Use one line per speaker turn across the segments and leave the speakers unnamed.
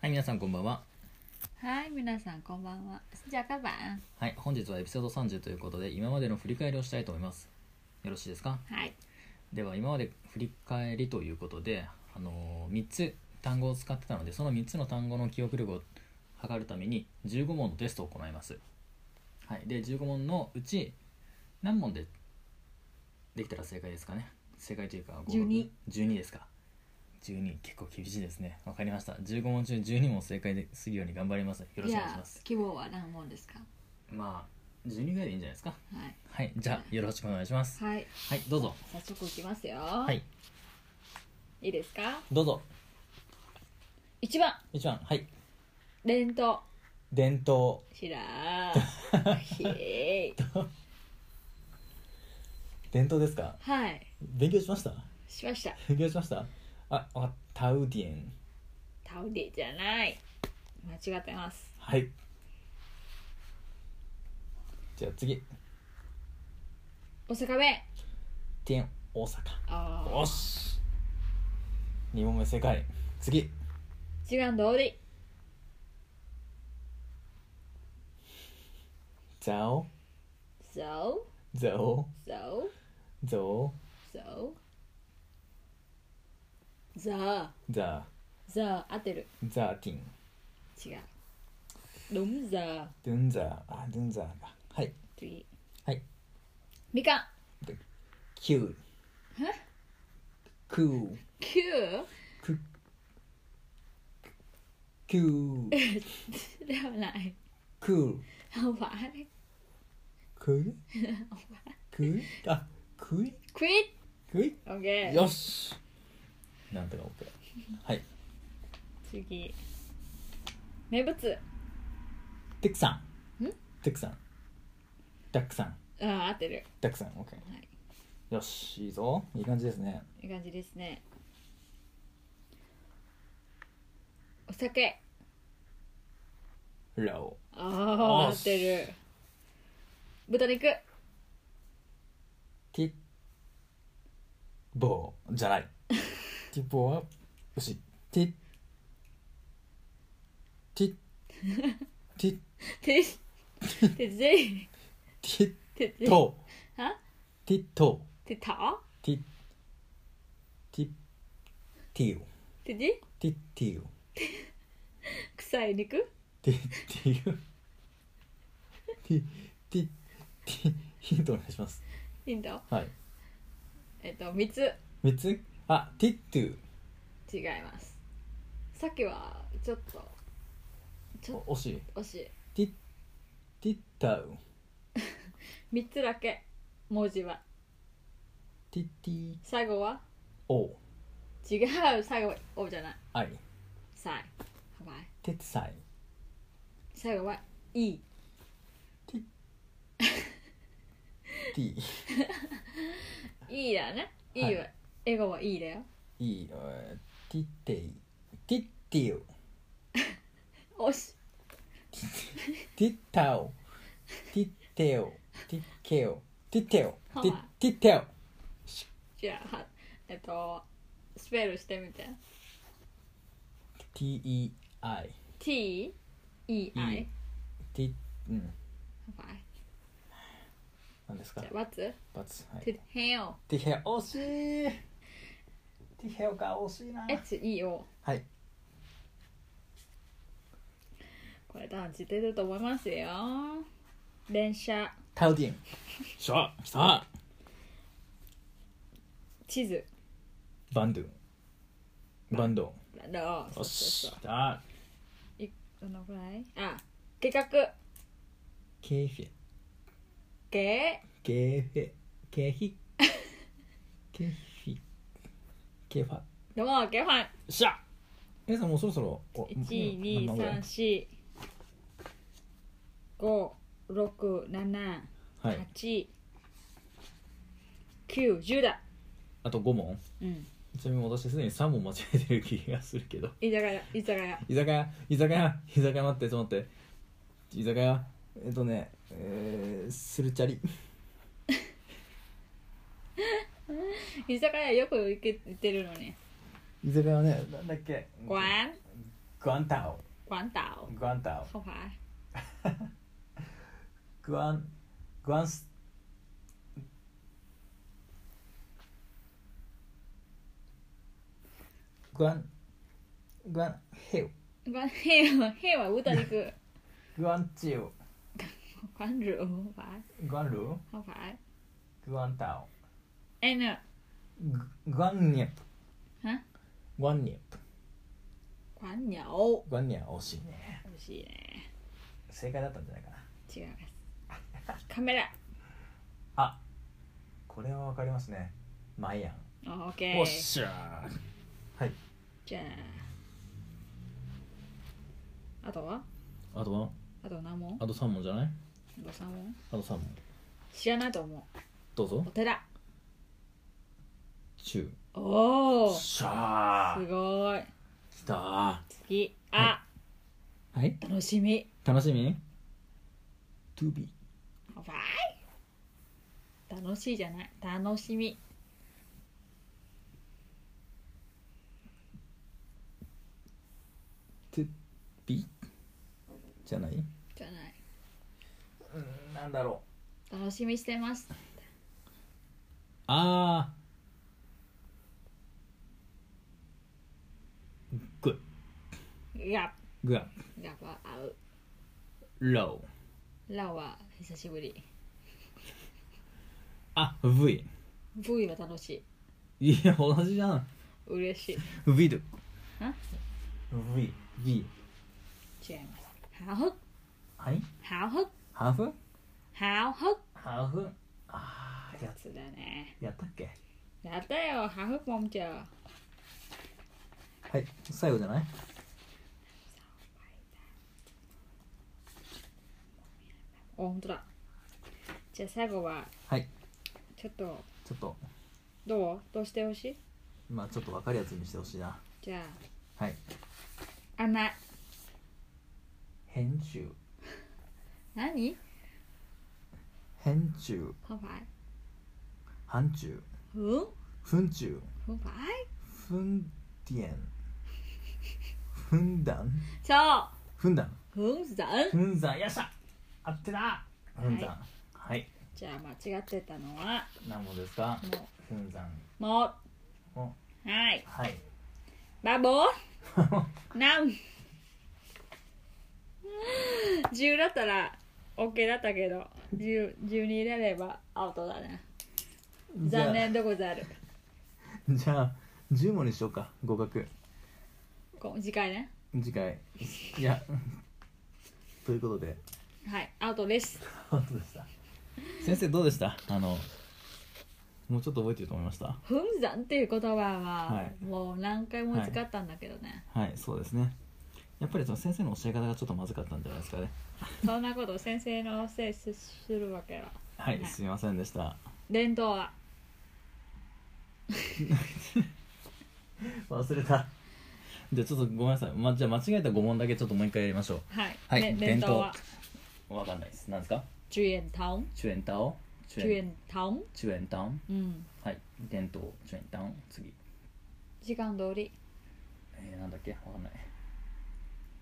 はい、皆さんこんばんは。
はい、皆さんこんばんは。じゃあ、カバン。
はい、本日はエピソード30ということで、今までの振り返りをしたいと思います。よろしいですか
はい。
では、今まで振り返りということで、あのー3つ単語を使ってたので、その3つの単語の記憶力を測るために、15問のテストを行います。はい、で、15問のうち、何問でできたら正解ですかね正解というか、合格
12
12ですか。12、結構厳しいですね。わかりました。15問中12問正解でするように頑張ります。よろしくお願いします
じゃあ。希望は何問ですか
まあ12ぐらいでいいんじゃないですか
はい。
はいじゃあよろしくお願いします
はい。
はいどうぞ
早速いきますよ。
は。
はいいいですか
どうぞ
?1 番、
一番はい
伝統。
伝統
知らん。 ひえい。
伝統ですか
はい。
勉強しました
しました。
勉強しましたああタウディエン
タウディじゃない。間違ってます。
はいじゃあ次
大阪弁。
天大阪
ああ。
よし2問目正解次
時間通り。
ザオ
そう。
ザオ
そう。
ザオ
そう。ザあ。
ザ
ザあ。合ってる。
ザーティン
違う。đúng giờ
ドゥンザーあドゥンザーかはい
thì
はい
みかん
キュー
え
クー
Q
く、く、
đeo lại
く、
không phải
く、く、あ、くい、
quit
くい。
ok
よし。なんとか OK。はい。
次名物
テクさん。
ん
テクさん。ダックさん。
ああ合ってる
ダックさん、OK。
はい
よし、いいぞ。いい感じですね。
いい感じですねお酒
ロ
ああ合
よし
ってる豚肉
ー。ティッ、ボーじゃ ない。ティッボーは牛。ティッ、ティッ、ティッ、
ててぜい
ティッ。
てぜい
と、
は
ティット、
てた
ティッ、ティッ、ティオ、
てじ
ティッティオ、
臭い肉
ティッティオ、ティッ、ティッ、ティッ、ヒントお願いします。
ヒント
はい。
えっと三つ
三つあ、ティットゥ、
違いますさっきはちょっとちょ
お惜しい。
っと惜しい
ティッ、ティッタウ、
3つだけ文字は
ティッティ
最後は
オ、
違う最後は「お」じゃない
アイ、
「さい」はばい
テツサイ、
最後は「い」
ティ、
「いい」だよね「い
はい
い」は英語は「いい」だよ
イ、えーティッテイ、ティッティオ、
おし
ティッタオ、ティッテオ、ティッケオ、ティッテオ、ティッ
はい
ティッテオ。
じゃあはえっとスペルしてみて
TEI
「t」「e」「
い
i
てうん」
はばい
何ですか
じゃあ「わつ」
バツは
「
い
てへんお
ティヘオ惜しいティヘオが惜しいな」
「h」「e」「o
はい」
これ多分知ってると思いますよ電車
タウディンしょきた
地図
バンドゥンバンド
あの
ン
そ
惜
うそう
し
そう
た
いどのぐらいあ計画
ケーフェ
計
ケーフェケーヒケーフィケーファ
どうも計画
しゃ皆さんもうそろそろお
一二
何番ぐらい
三四五六七
はい
八九十だ。
あと5問
うん。
ちなみに私すでに3問間違えてる気がするけど
居酒屋居酒屋
居酒屋居酒屋居酒屋待ってちょっと待って居酒屋えっとねえー、スルチャリ
居酒屋よく行け行ってるのに。
居酒屋はねなんだっけ
ごわん
グアンタオ
管岛
グアンタオ
không phải
グアングアンスグアングアンヘウ
quán heo heo ở Quốc Tây đi cửa
グアンチウ
quán rượu không phải
グアンルー
không phải
グアンタ
em nè
オググアンニェプ
hả
グアンニェプ
quán nhậu
グアンニェは惜しいね
Làm gì nè
正解だったんじゃないかな
chưa camera
あこれはわかりますねマイアン
Ờ, ok
おっしゃーはい
chà à tổ á
あとは
あと何問
あと3問じゃない
あと3問
あと3問
知らないと思う
どうぞ
お寺
中
おおす
しゃ
ごい好
きたは
きあ、
い
楽しみ
楽しみ ?To be
乾杯楽しいじゃない楽しみ
じゃない
じゃない
うんなんだろう
楽しみしてます
あーグ
や
グア
ッやっぱ合う
ロー
ラオは久しぶり
あ V
V は楽し
いや同じじゃん
い嬉しい
With
ん
V V
違いますハフ
はい
ハフ
ハーフ
ハフ
ハーフあーや
そうだね
やったっけ
やったよハフポンチャー
はい最後じゃない
お本当だじゃあ最後は
はい
ちょっと
ちょっと
どうどうしてほしい
まあちょっと分かるやつにしてほしいな
じゃ
はい
ああない
編集
何
編集
không phải
範疇
hướng
分中
không phải
分点分断
cho
分断
hướng dẫn
分断よっしゃ合ってた分断はい
じゃあ間違ってたのは
何問ですか
も
分断
うもう
お
はい
はい
ba bốn năm 10だったら OK だったけど10 12入れればアウトだね
じゃあ
残念でござる
じゃあ10問にしようか合格
こ次回ね
次回いやということで
はいアウトです
本当でした先生どうでしたあのもうちょっと覚えてると思いました
「ふんざん」っていう言葉
は
はいもう何回も使ったんだけどね、
はいそうですねやっぱりその先生の教え方がちょっとまずかったんじゃないですかね
そんなこと先生のせいするわけは
はい、
はい
すみませんでした
伝統は
忘れたじゃあちょっとごめんなさい、ま、じゃあ間違えた5問だけちょっともう一回やりましょ
はい、
はい
ね
伝
伝
統
統は
うわかんないです何ですか
truyền thống
チュエンタオチュエン
truyền thống
チュエンタン
うん
はい伝統チュエンタン次
時間通り
えー、なんだっけわかんない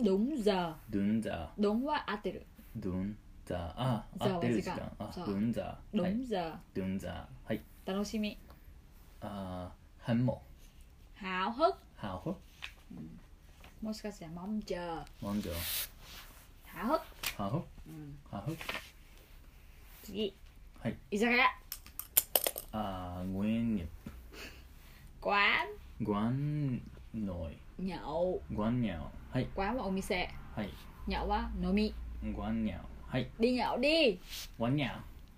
đúng giờ
ドゥンザ
đúng は合ってる
ドゥンザあ
ザは
合ってる時間
時間
あ
ザ
ドゥンザはい
đúng giờ
ドゥンザはい
楽しみ
あーハンモ
háo hức
ハオホ
もしかしたら mong chờ
モンジョ
háo hức
ハホ
うん
ハホ
次
はい
居酒屋
あーゴエンニョ
quán
ゴアンノ
nhậu
イゴアンニャオはい
quán là お店
はい
nhậuは飲み
ゴアンニャオはい
đi nhậu đi
ワンニャ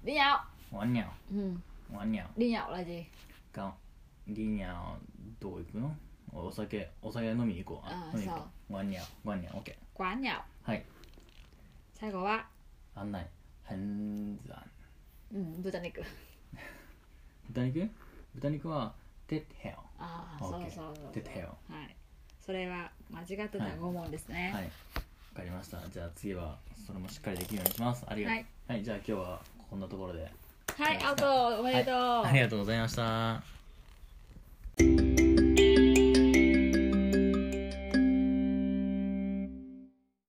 đi nhậu
オワンニャ
ừ.
オワンニャオ
đi nhậu là gì
がリニャどう行くのお酒お酒飲みに行こう
あー
飲みに行こ
そう
ワンニャワンニャオッケ
quán nhậu
ーはい
最後は、
案内ハンザン
うん、豚肉
豚肉豚肉はテッヘ
ああ、
オ
そう
ッケ
そうそう
ーテッヘ
そうはいそれは間違ってた5問です
オ
ね
はいわかりましたじゃあ次はそれもしっかりできるようにしますありがとう
はい
はいじゃあ今日はこんなところで
はい、アウトおめでとう、
ありがとうございました